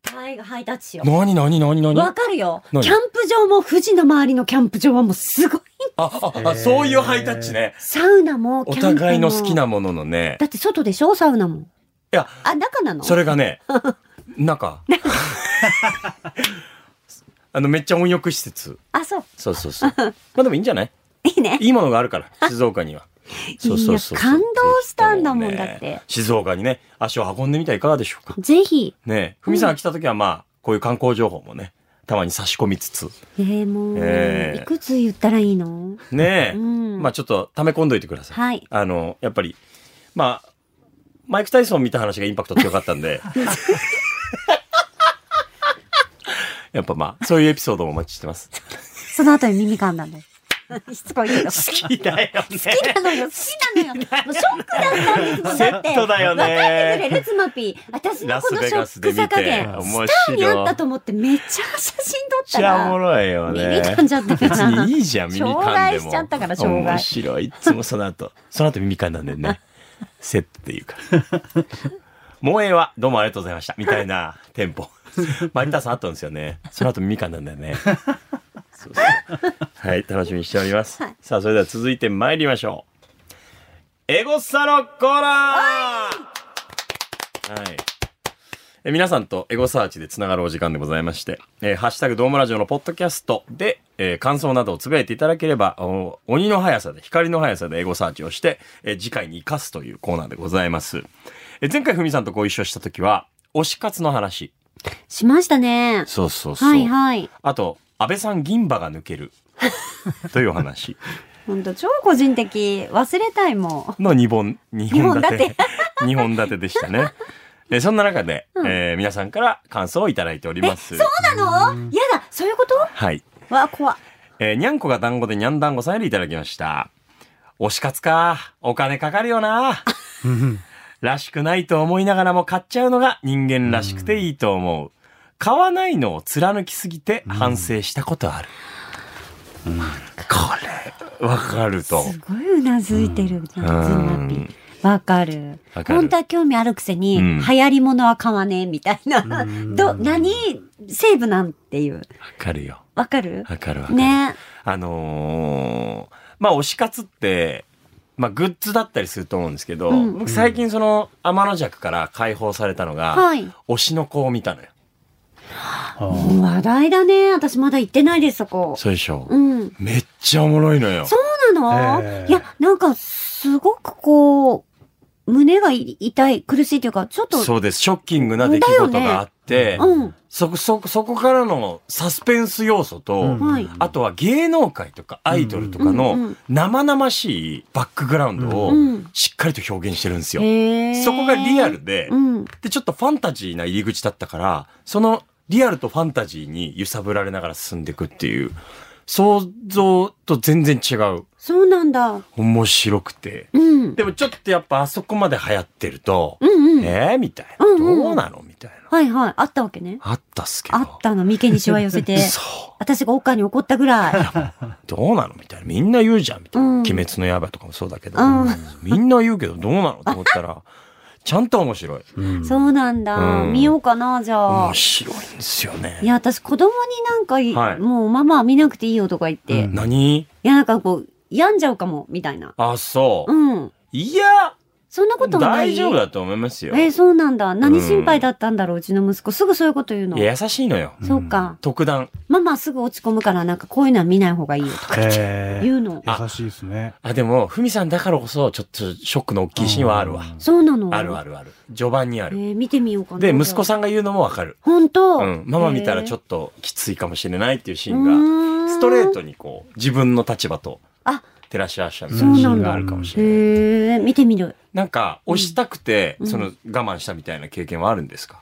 タイがハイタッチしよう。
なになになになに
わ
あ、
かるよ。キャン
何
プ場も富士の周りのキャンプ場はもうすごい。
あ、あ、そういうハイタッチね。
サウナもキャ
お
ンプも。
互いの好き。なもののね。
だって外でしょサウナも。
いや、
あ、中なの
それがね、なん か、あの、めっちゃ温浴施設。
あ、そう。
そうそうそう。まあでもいいんじゃない
いいね。
いいものがあるから、静岡には。そうそうそう。
いや感動したんだもんだって
静岡にね、足を運んでみてはいかがでしょうか。
ぜひ。
ねえ、ふみさんが来た時はまあ、こういう観光情報もね、たまに差し込みつつ。
えー、もう、
えー
いくつ言ったらいいの
ねえ、
うん
まあちょっと溜め込んどいてください。
はい
あの、やっぱり、まあ、マイク・タイソン見た話がインパクト強かったんで。 やっぱまあ、そういうエピソードもお待ちしてます。
その後に耳かん だんだよ。しつこいけど。好
好きだよね。
きなのよ、好きなのよ。もうショックだったんですもん。だって。
セットだよね
わかってくれる、つまぴー。私の
ラ
こ
ス
の
ベ
ショ
ガ
ッ
ス
ク
で見
さ加
て、
減。
面
タンにあ
白
っ
い
た。と思ってめっちゃ写真撮った
ちゃ
ら。
おもろいよね。
耳かんじゃったから
別にいいじ ゃん、耳かんで
障害
も。
しちゃったから障害
面白い。いつもその 後。その後耳かんだんだよね。セットっていうか。萌えは、どうもありがとうございました。みたいなテンポ。マリタさんあったんですよね。その後耳かんだんだよね。そうそうはい、楽しみにしております。
はい
さあ、それでは続いて参りましょう。エゴサのコーナーはい。え皆さんとエゴサーチでつながるお時間でございまして、えーハッシュタグドームラジオのポッドキャストで、えー感想などをつぶやいていただければ、お鬼の速さで、光の速さでエゴサーチをして、えー次回に生かすというコーナーでございます。えー前回ふみさんとご一緒した時は、推し活の話。
しましたね。
そうそうそう。
はいはい。
あと、安倍さん銀歯が抜ける。というお話
本当超個人的。忘れたいも
の2本、2
二本
本
立
立
て
て。2本 立てでしたね。えそんな中で、
うん
えー皆さんから感想をいただいております。
う。そうなのやだそういうこと
はい。
わ、怖っ
えーにゃんこが団子でにゃん団子さんよりいただきました。推し活か。お金かかるよな。らしくないと思いながらも買っちゃうのが人間らしくていいと思う。買わないのを貫きすぎて反省したことある。これ、わかると。
すごいうなずいてる。なんかズ
う
ナ
ん
ピ。わかる
わ。かる
本当は興味あるくせに、
うん
流行り物は買わねえ、みたいな。
ん
ど、何セーブなんていう。
わかるよ。
わかる
わかるわかる。
ね
あのーまあ推し活って、まあグッズだったりすると思うんですけど、
うん
僕最近その天の弱から解放されたのが、
はい。
推しの子を見たのよ。
あ
話題だね。私まだ行ってないです、そこ。
そうでしょ。
うん。
めっちゃおもろいのよ。
そうなの、
え
い
え
や、なんか、すごくこう、胸がい痛い、苦しいというか、ちょっと、
そうです。ショッキングな出来事があって、
うん。
そこ、そこ、そこからのサスペンス要素と、
うん
はい
あとは芸能界とかアイドルとか
うんうん
の生々しいバックグラウンドを
うん
しっかりと表現してるんですよ。
へー
そこがリアルで、
うん。
で、ちょっとファンタジーな入り口だったから、そのリアルとファンタジーに揺さぶられながら進んでいくっていう、想像と全然違う。
そうなんだ。
面白くて。
うん。
でもちょっとやっぱあそこまで流行ってると、
うんうん。
えー、みたいな。
うんうん
どうなのみたいな。
はいはい。あったわけね。
あったっすけど。
あったの、眉間にしわ寄 せて。
そう。
私がおっかに怒ったぐらい。
どうなのみたいな。みんな言うじゃん。みたいな。
うん
鬼滅の刃とかもそうだけど、
うん
みんな言うけどどうなのと思った ら、ちゃんと面白い。
うん
そうなんだ。
うん
見ようかな、じゃあ
面。白いんですよ
い
ね。
や、私子供になんかい、
はい
もうママは見なくていいよとか言って、
うん
い
何
や、なんかこう、病んじゃうかも、みたいな。
あ、そう。
うん。
いや、
そんなことはない。
大丈夫だと思いますよ。
えーそうなんだ。何
うん
心配だったんだろう、うちの息子。すぐそういうこと言うの
い。や優しいのよ。
そうか。
特段。
ママすぐ落ち込むから、なんかこういうのは見ない方がいいよとか
え
言うの。
ー優しいですね。
あ、でも、ふみさんだからこそ、ちょっとショックの大きいシーンはあるわ。
そうなの
あるあ
る。
るある。序盤にあ
え
る。
ー見てみようかな。
で、息子
ん。
さんが言うのもわかる。
本当
うん。ママ見たらちょっときついかもしれないっていうシーンが、ストレートにこう、自分の立場と
あ
照らし合わせたみたいなシー
そうなん
ン
だ
があるかもしれない。
へえ、見てみる。
なんか、押したくて、
うん
その、我慢したみたいな経験はあるんですか、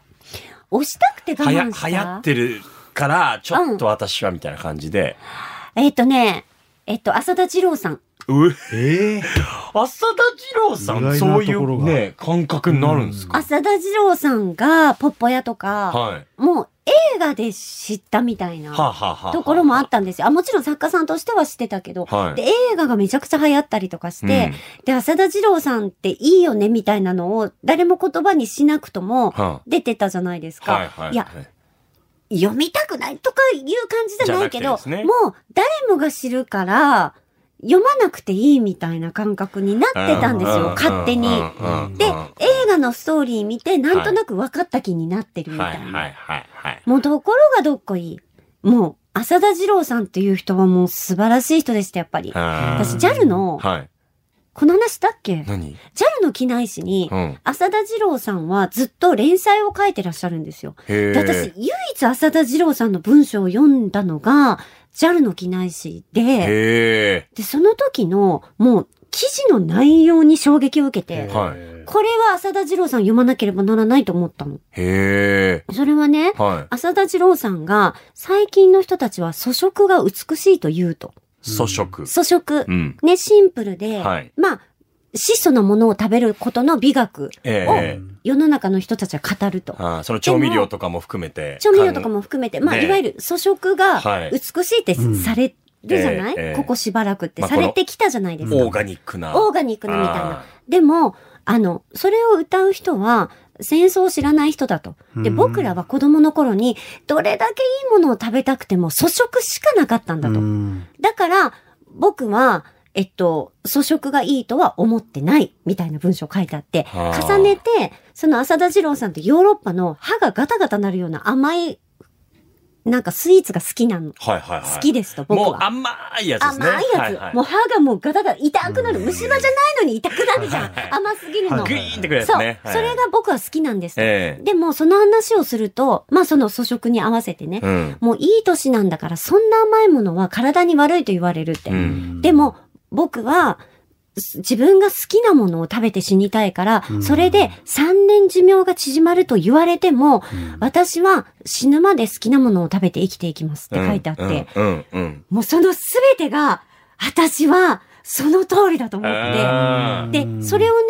押したくて我
はや、
慢
流
した。
行ってるから、ちょっと私はみたいな感じで。
えーっとね、えっと、浅田二郎さん。
うえ
ええ
浅田二郎さ
意外
ん、
な
そうい
ところ
う
が
ね、感覚になるんですか、
浅田二郎さんが、ポッポ屋とか、
はい。
もう映画で知ったみたい
はあ、
な
はあはあ、
ところもあったんですよ。あ、もちろん作家さんとしては知ってたけど、
はい。
で、映画がめちゃくちゃ流行ったりとかして、で、浅田二郎さんっていいよねみたいなのを誰も言葉にしなくとも
うん、は
出てたじゃないです
あ、
か。
はいはいはい。
いや読みたくないとかいう感じじゃないけ
じゃ
ど
なく、てですね
もう誰もが知るから、読まなくていいみたいな感覚になってたんです
う
よ、勝手に。で、映
は
画のストーリー見て、なんとなく分かった気になってる
い
み
は
た
い
いな。
はいはい。
もうところがどっこいい。もう、浅田二郎さんという人はもう素晴らしい人でした、やっぱり。
あ
私、JAL の、
ーはい。
この話したっけ ?JAL
何
の機内誌に
う、ん。
浅田二郎さんはずっと連載を書いてらっしゃるんですよ。
へ
で私
え。、
唯一浅田二郎さんの文章を読んだのが、JAL の機内誌で、
へ
で、その時の、もう、記事の内容に衝撃を受けて、
はい
え
これは浅田二郎さん読まなければならないと思ったの。
え。へえ。
それはね、
はい。
浅田二郎さんが、最近の人たちは素食が美しいと言うと。
粗食。
素食
う。ん。
ね、シンプルで、
はい
まあ、質素なものを食べることの美学、
え
え
え。
世の中の人たちは語ると。
あーその調味料とかも含めて。
調味料とかも含めて、まあ、
ね
いわゆる素食が
はい
美しいって
うん
されるじゃない、
ええええ
ここしばらくって、
まあ
されてきたじゃないで
か
す
ん。
か。
オーガニックな。
オー
ガ
ガニックなみたいな
あ。
でも、あの、それを歌う人は、戦争を知らない人だと。で、
うん
僕らは子供の頃に、どれだけいいものを食べたくても、粗食しかなかったんだと。
うん
だから、僕は、えっと、粗食がいいとは思ってない、みたいな文章書いてあって、
はあ
重ねて、その浅田二郎さんとヨーロッパの歯がガタガタなるような甘い、なんかスイーツが好きなの。
はいはいはい。
好きですと、僕
もう
は。
甘いやつですね。
甘いやつ、
はは
もう歯がもうガタガタ、痛くなる。
うん
虫歯じゃないのに痛くなるじゃん。甘すぎるの。
は
グ
い
イーンってくるやつ
そう、
ね。はい
それが。僕は好きなんですと。
え
でも、その話をすると、まあその粗食に合わせてね
え。、うん。
もういい年なんだから、そんな甘いものは体に悪いと言われるって。
うん
でも、僕は、す自分が好きなものを食べて死にたいから、
うん
それで3年寿命が縮まると言われても、
うん
私は死ぬまで好きなものを食べて生きていきますって書いてあって、
うん。うん。うん
もうその全てが、私はその通りだと思っ
あー
て、
うん
で、それをね、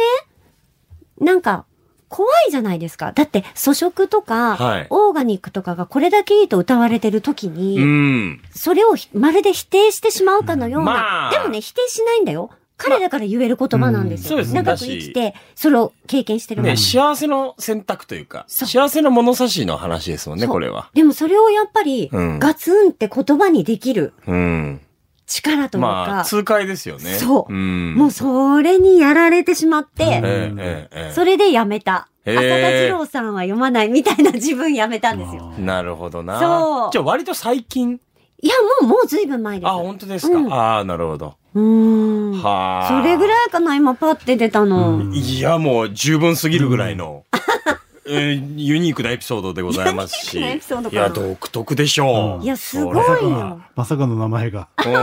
なんか、怖いじゃないですか。だって、粗食とか、
はい
オーガニックとかがこれだけいいと歌われてる時に、
うん。
それをひまるで否定してしまうかのような。
まあ
でもね、否定しないんだよ。彼だから言える言葉なんです
ま
よ。
あうんそうですね
長く生きて、それを経験してるわ
ね、
け、
幸せの選択というか、
そう
幸せの物差しの話ですもんね、
そう
これは。
でもそれをやっぱり、
うん
ガツンって言葉にできる。
うん。
力というか、
まあ、痛快ですよね。
そう
うん。
もうそれにやられてしまって、
ええええええ
それでやめた。
へ
浅
ー
田二郎さんは読まないみたいな自分やめたんですよ。
なるほどな。
そう
じゃあ割と最近。
いや、もう、もう随分前です。
あ、本当ですか。
うん
ああ、なるほど。
うーん。
はあ。
それぐらいかな、今パッて出たの。
いや、もう十分すぎるぐらいの、えーユニークなエピソードでございますし。
ユニークなエピソード
い
かな
や、独特でしょう。
うん
いやすごい
それ
まさ
うん
か、まさかの名前が。
うん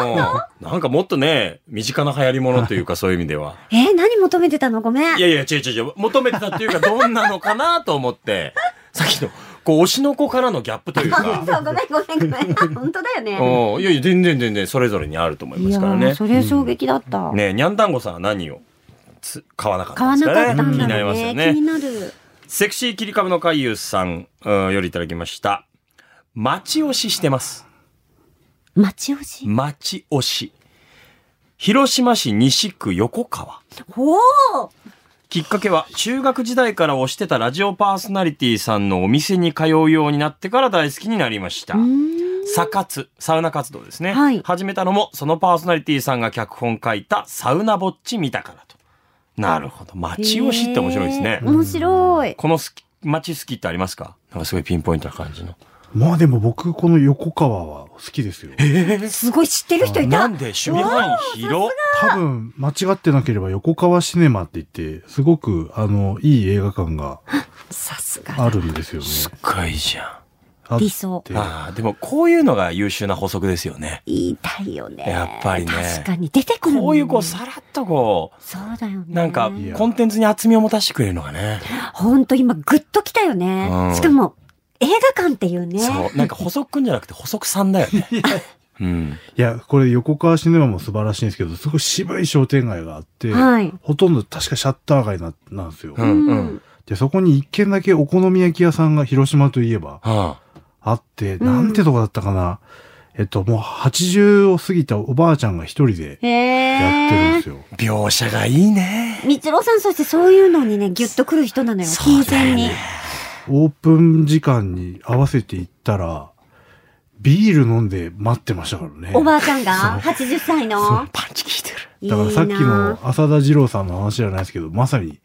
なんかもっとね、身近な流行りものというか、そういう意味では。
えー何求めてたのごめん。
い やいや、違う違う違う。求めてたっていうか、どんなのかなと思って、さっきの、こう、推しの子からのギャップという
あ本
か。
当ごめんごめんごめん。あ本当だよね。
うん。いやいや、全然全然、それぞれにあると思いま
い
す
や
からね
ー、。それ衝撃だった。
ねにゃんたんごさんは何をつ買わなかっ
買
た
わ
んで
な
すか
かっ
ね。
たんだ
気
ね。
になりますよね。
気になる。
セクシー切り株の海優さんうんよりいただきました。待ち押ししてます。
待ち押し。
待ち押し。広島市西区横川。
ほう
きっかけは中学時代から推してたラジオパーソナリティさんのお店に通うようになってから大好きになりました。
うーん
サ活、サウナ活動ですね。
はい
始めたのも、そのパーソナリティさんが脚本書いたサウナぼっち見たからと。なるほど。街押しって面白いですね
へー。面白い。
この好き、街好きってありますかなんかすごいピンポイントな感じの。
まあでも僕、この横川は好きですよ。
すごい知ってる人い
な
た。
んで守備範囲広
多分、間違ってなければ横川シネマって言って、すごく、あの、いい映画館が
さすが。
あるんですよね。
すっごいじゃん。
あっ
理想
て
ああ、でもこういうのが優秀な補足ですよね。
言いたいよね。
やっぱりね
確かに出てくるもんね。
こういうこうさらっとこ
そうだよね。
う、なんか
いや
コンテンツに厚みを持たせてくれるのがね。
ほんと今グッときたよね。
うん
しかも、映画館っていうね。
そう。なんか補足くんじゃなくて補足さんだよね。うん。
いや、これ横川シネマも素晴らしいんですけど、すごい渋い商店街があって、
はい。
ほとんど確かシャッター街ななんですよ、
うんうん。
で、そこに一軒だけお好み焼き屋さんが広島といえば
は
あって、
ん
なんてとこだったかな。えっと、もう80を過ぎたおばあちゃんが一人で
へ
やってるんで
え。
すよ。
あ、描写がいいね。
みちろさん、そしてそういうのにね、ギュッとくる人なのよ。
そう
金
だよ
銭に
ね。
オープン時間に合わせて行ったら、ビール飲んで待ってましたからね。
おばあちゃんが80歳の。
パンチ効いてる。
いい
だからさっきの
な
浅田二郎さんの話じゃないですけど、まさに、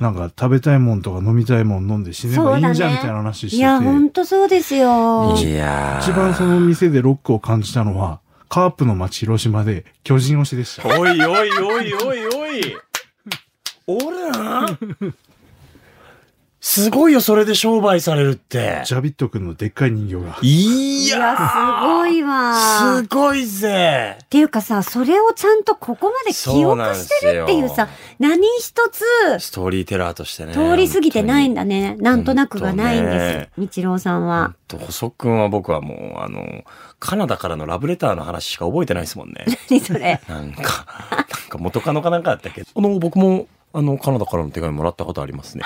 なんか食べたいもんとか飲みたいもん飲んで死ねばいいんじゃんみたいな話して
い
て、
や、ほんとそうですよ。
いや
一番その店でロックを感じたのは、カープの街広島で巨人推しでした。
おいおいおいおいおい。俺らすごいよ、それで商売されるって。
ジャビット君のでっかい人形が。
い
い
や
や、すごいわ。
すごいぜ
っていうかさ、それをちゃんとここまで記
そうなん
憶
で
し
す
てる
よ
っていうさ、何一つ
ストーリーテラーとしてね。
通り過ぎてないん
だ。
だね。なんとなくがないん
本当
で
ね
す。日郎さんは。
と細くんは僕はもう、あの、カナダからのラブレターの話しか覚えてないですもんね。
何それ。
なんか、 なんか元カノかなんかだったけど、あの、僕も、あの、カナダからの手紙もらったことあり ますね、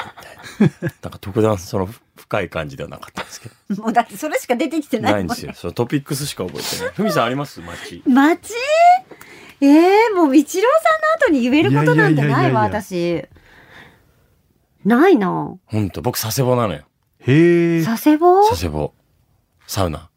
みたいな。なんか特段その深い感じではなかったんですけど。
もうだってそれしか出てきてない
な
も
い
ん
んですよ。そのトピックスしか覚 えてない。ふみさんあります街。
街ええもう日郎さんの後に言えることなんて
い
ない
ややいやいや
い
い
わ、
や
私。ないな。
ほんと、僕佐世保なのよ。
へえ。
佐世保
佐世保。サウナ。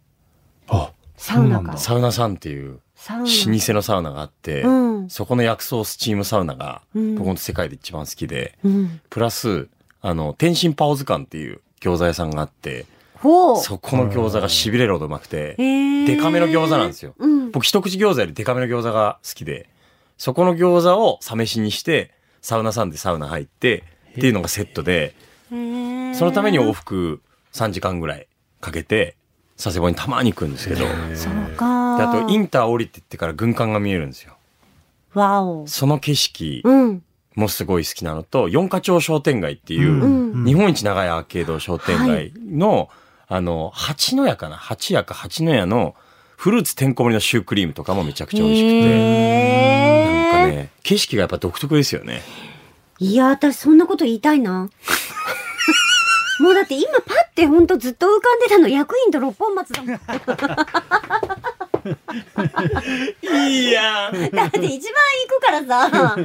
あ、
サウナか。
サウナさんっていう
サウ
老
ナ。
舗のサウナがあって、
うん
そこの薬草スチームサウナが、
うん
僕の世界で一番好きで、
うん。
プラス、あの、天津パオズ館っていう餃子屋さんがあって、
ほう。
そこの餃子が痺れるほどうまくて、
ええ
デカめの餃子なんですよ
うん。
僕一口餃子よりデカめの餃子が好きで、そこの餃子をサ飯にして、サウナさんでサウナ入って、っていうのがセットで、
へえ
そのために往復3時間ぐらいかけて、佐世保にたまに行くんですけど、で
そう
あ
か。
とインター降りてってから軍艦が見えるんですよ。
わお。
その景色
うん。
もすごい好きなのと、四花町商店街っていう、
ん
日本一長いアーケード商店街の、あの、八の屋かな八屋か八の屋のフルーツてんこ盛りのシュークリームとかもめちゃくちゃ美味しくて、なんか
ええ
ね、景色がやっぱ独特ですよね。
いや、私そんなこと言いたいな。 もうだって今パッてほんとずっと浮かんでたの役員と六本松だもん。だ
いやー、
って一番行くからさ。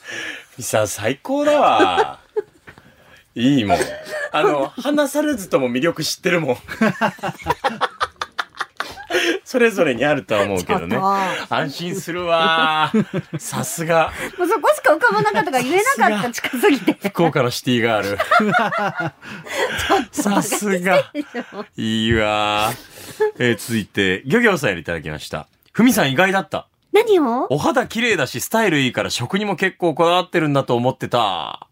さん最高だ わ。いいもん。 あの、話されずとも魅力知ってるもん。 それぞれにあるとは思うけど
ち
ね
ょっと。
安心するわー。さすが、
もうそこしか浮かばなかったから言えなかった、近す ぎて。
福岡のシティガ ール。さすが。いいわー。えー続いて、漁業さんよりいただきました。ふみさん意外だった。
何を
お肌綺麗だし、スタイルいいから食にも結構こだわってるんだと思ってた。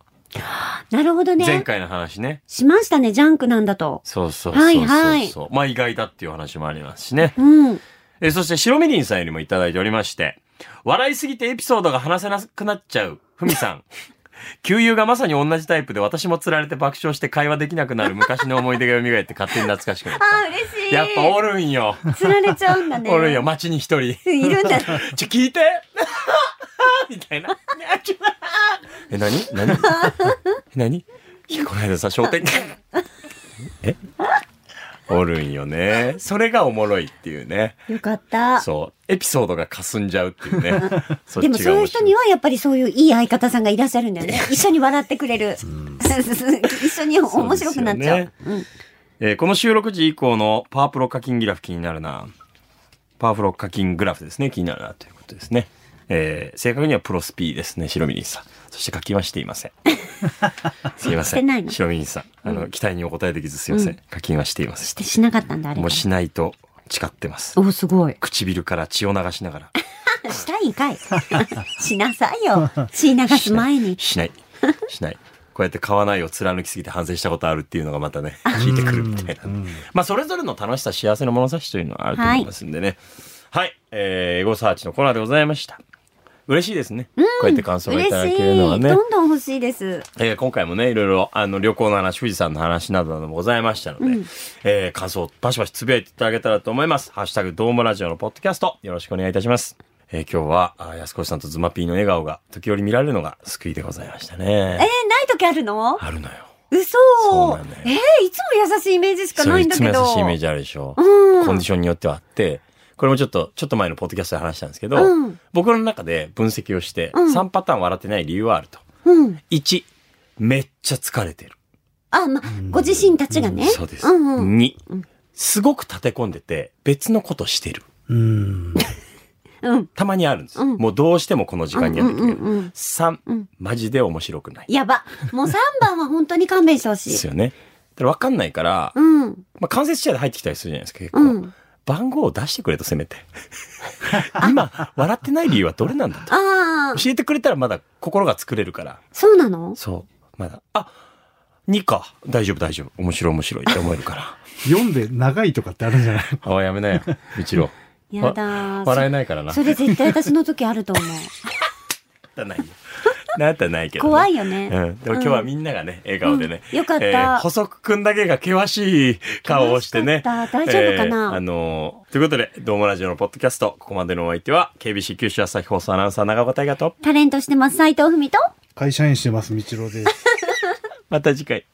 なるほど
前
ね。
回の話ね。
しましたね、ジャンクなんだと。
そうそうそうそうそう。
はいはい
まあ意外だっていう話もありますしね。
うん。
えーそして、白みりんさんよりもいただいておりまして、笑いすぎてエピソードが話せなくなっちゃう、ふみさん。 旧友がまさに同じタイプで私も釣られて爆笑して会話できなくなる昔の思い出が蘇って勝手に懐かしくなっ
ああ、嬉しい。
た。やっぱおるんよ。
釣られちゃうんだね。
おるんよ、街に一人。
いるんだね。
ちょ、聞いて みたい な。え、なになになにいやこの間さ、商 店街。えおるんよね。それがおもろいっていうね。
よかった。
そう。エピソードがかすんじゃうって いうね。そっ
でも
ちが
そういう
面
人
白
に
い。
はやっぱりそういういい相方さんがいらっしゃるんだよ ね。一緒に笑ってくれる。 一緒に面白くなっちゃう。うん
えーこの収録時以降のパワープロ課金グラフ気になるな。パワープロ課金グラフですね。気になるなということですね。えー正確にはプロスピーですね。白ミリンさん。そして課金はしていま せん。すいませ
してない
ん。
の
白ミリンさん。あの、期待にお答えできずすいません。課金はしていま
し
せ
てしなかったんだ、あ
ん。
れ
もう。しないと誓ってます。
お、す ごい。
唇から血を流しながら。
したいんかい。 しなさ いよ。血流す前に。
しない。しない。こうやって買わないを貫きすぎて反省したことあるっていうのがまたね、聞いてくるみたいな。まあ、それぞれの楽しさ、幸せの物差しというのはあると思いますんでね。はい。えー、エゴサーチのコーナーでございました。嬉しいですね。こうやって感想がい
嬉
ただ
し
け
い。
るのはね。
どんどん欲しいです。
えー今回もね、いろいろ、あの、旅行の話、富士山の話などなどもございましたので、えー感想、バシバシつぶやいていただけたらと思います。ハッシュタグ、ドームラジオのポッドキャスト、よろしくお願いいたします。えー今日は、あー安越さんとズマピーの笑顔が、時折見られるのが救いでございましたね。
えー、ない時あるの
あるのよ。
嘘
そうなのよ
えー、いつも優しいイメージしか
そ
な
れ
い
い
んだ
つも
け
優
ど。
しいイメージあるでしょ。
うん
コンディションによってはあって、これもちょっと、ちょっと前のポッドキャストで話したんですけど、
うん
僕の中で分析をして、
うん
3パターン笑ってない理由はあると。
うん。
1、めっちゃ疲れてる。
あ、まあ、ご自身たちがね。
そうです。
うんうん。
2、すごく立て込んでて、別のことしてる。
うん。
うん。
たまにあるんです。
うん
もうどうしてもこの時間にはできない。
うんうんうんうん
3、
うん
マジで面白くない。
やば。もう3番は本当に勘弁してほし
で
い
す。よね。だから分かんないから、
うん。
まあ、間接視野で入ってきたりするじゃないですか、結構。
うん。
番号を出してくれと、せめて。 今、笑ってない理由はどれなんだと。
ああ、
教えてくれたらまだ心が作れるから。
そうなの
そう。まだ。あ、2か。大丈夫、大丈夫。面白い、面白いって思えるから。
読んで長いとかってあるんじゃない
ああ、やめなよ。一郎。
やだー。
笑えないからな。
それ絶対私の時あ ると思う。
なったないよ。なったないけど、
怖い
よ。
よね。
うん。でも今日はみんながね、笑顔でね。
うんよかった
えー細くくんだけが険しい顔をしてね。
険しかった大丈夫かな
えーあのーということで、どうもラジオのポッドキャスト、ここまでのお相手は、KBC 九州朝日放送アナウンサー長岡大河と、
タレントしてます、斎藤文と。
会社員してます、みちろうです。
また次回。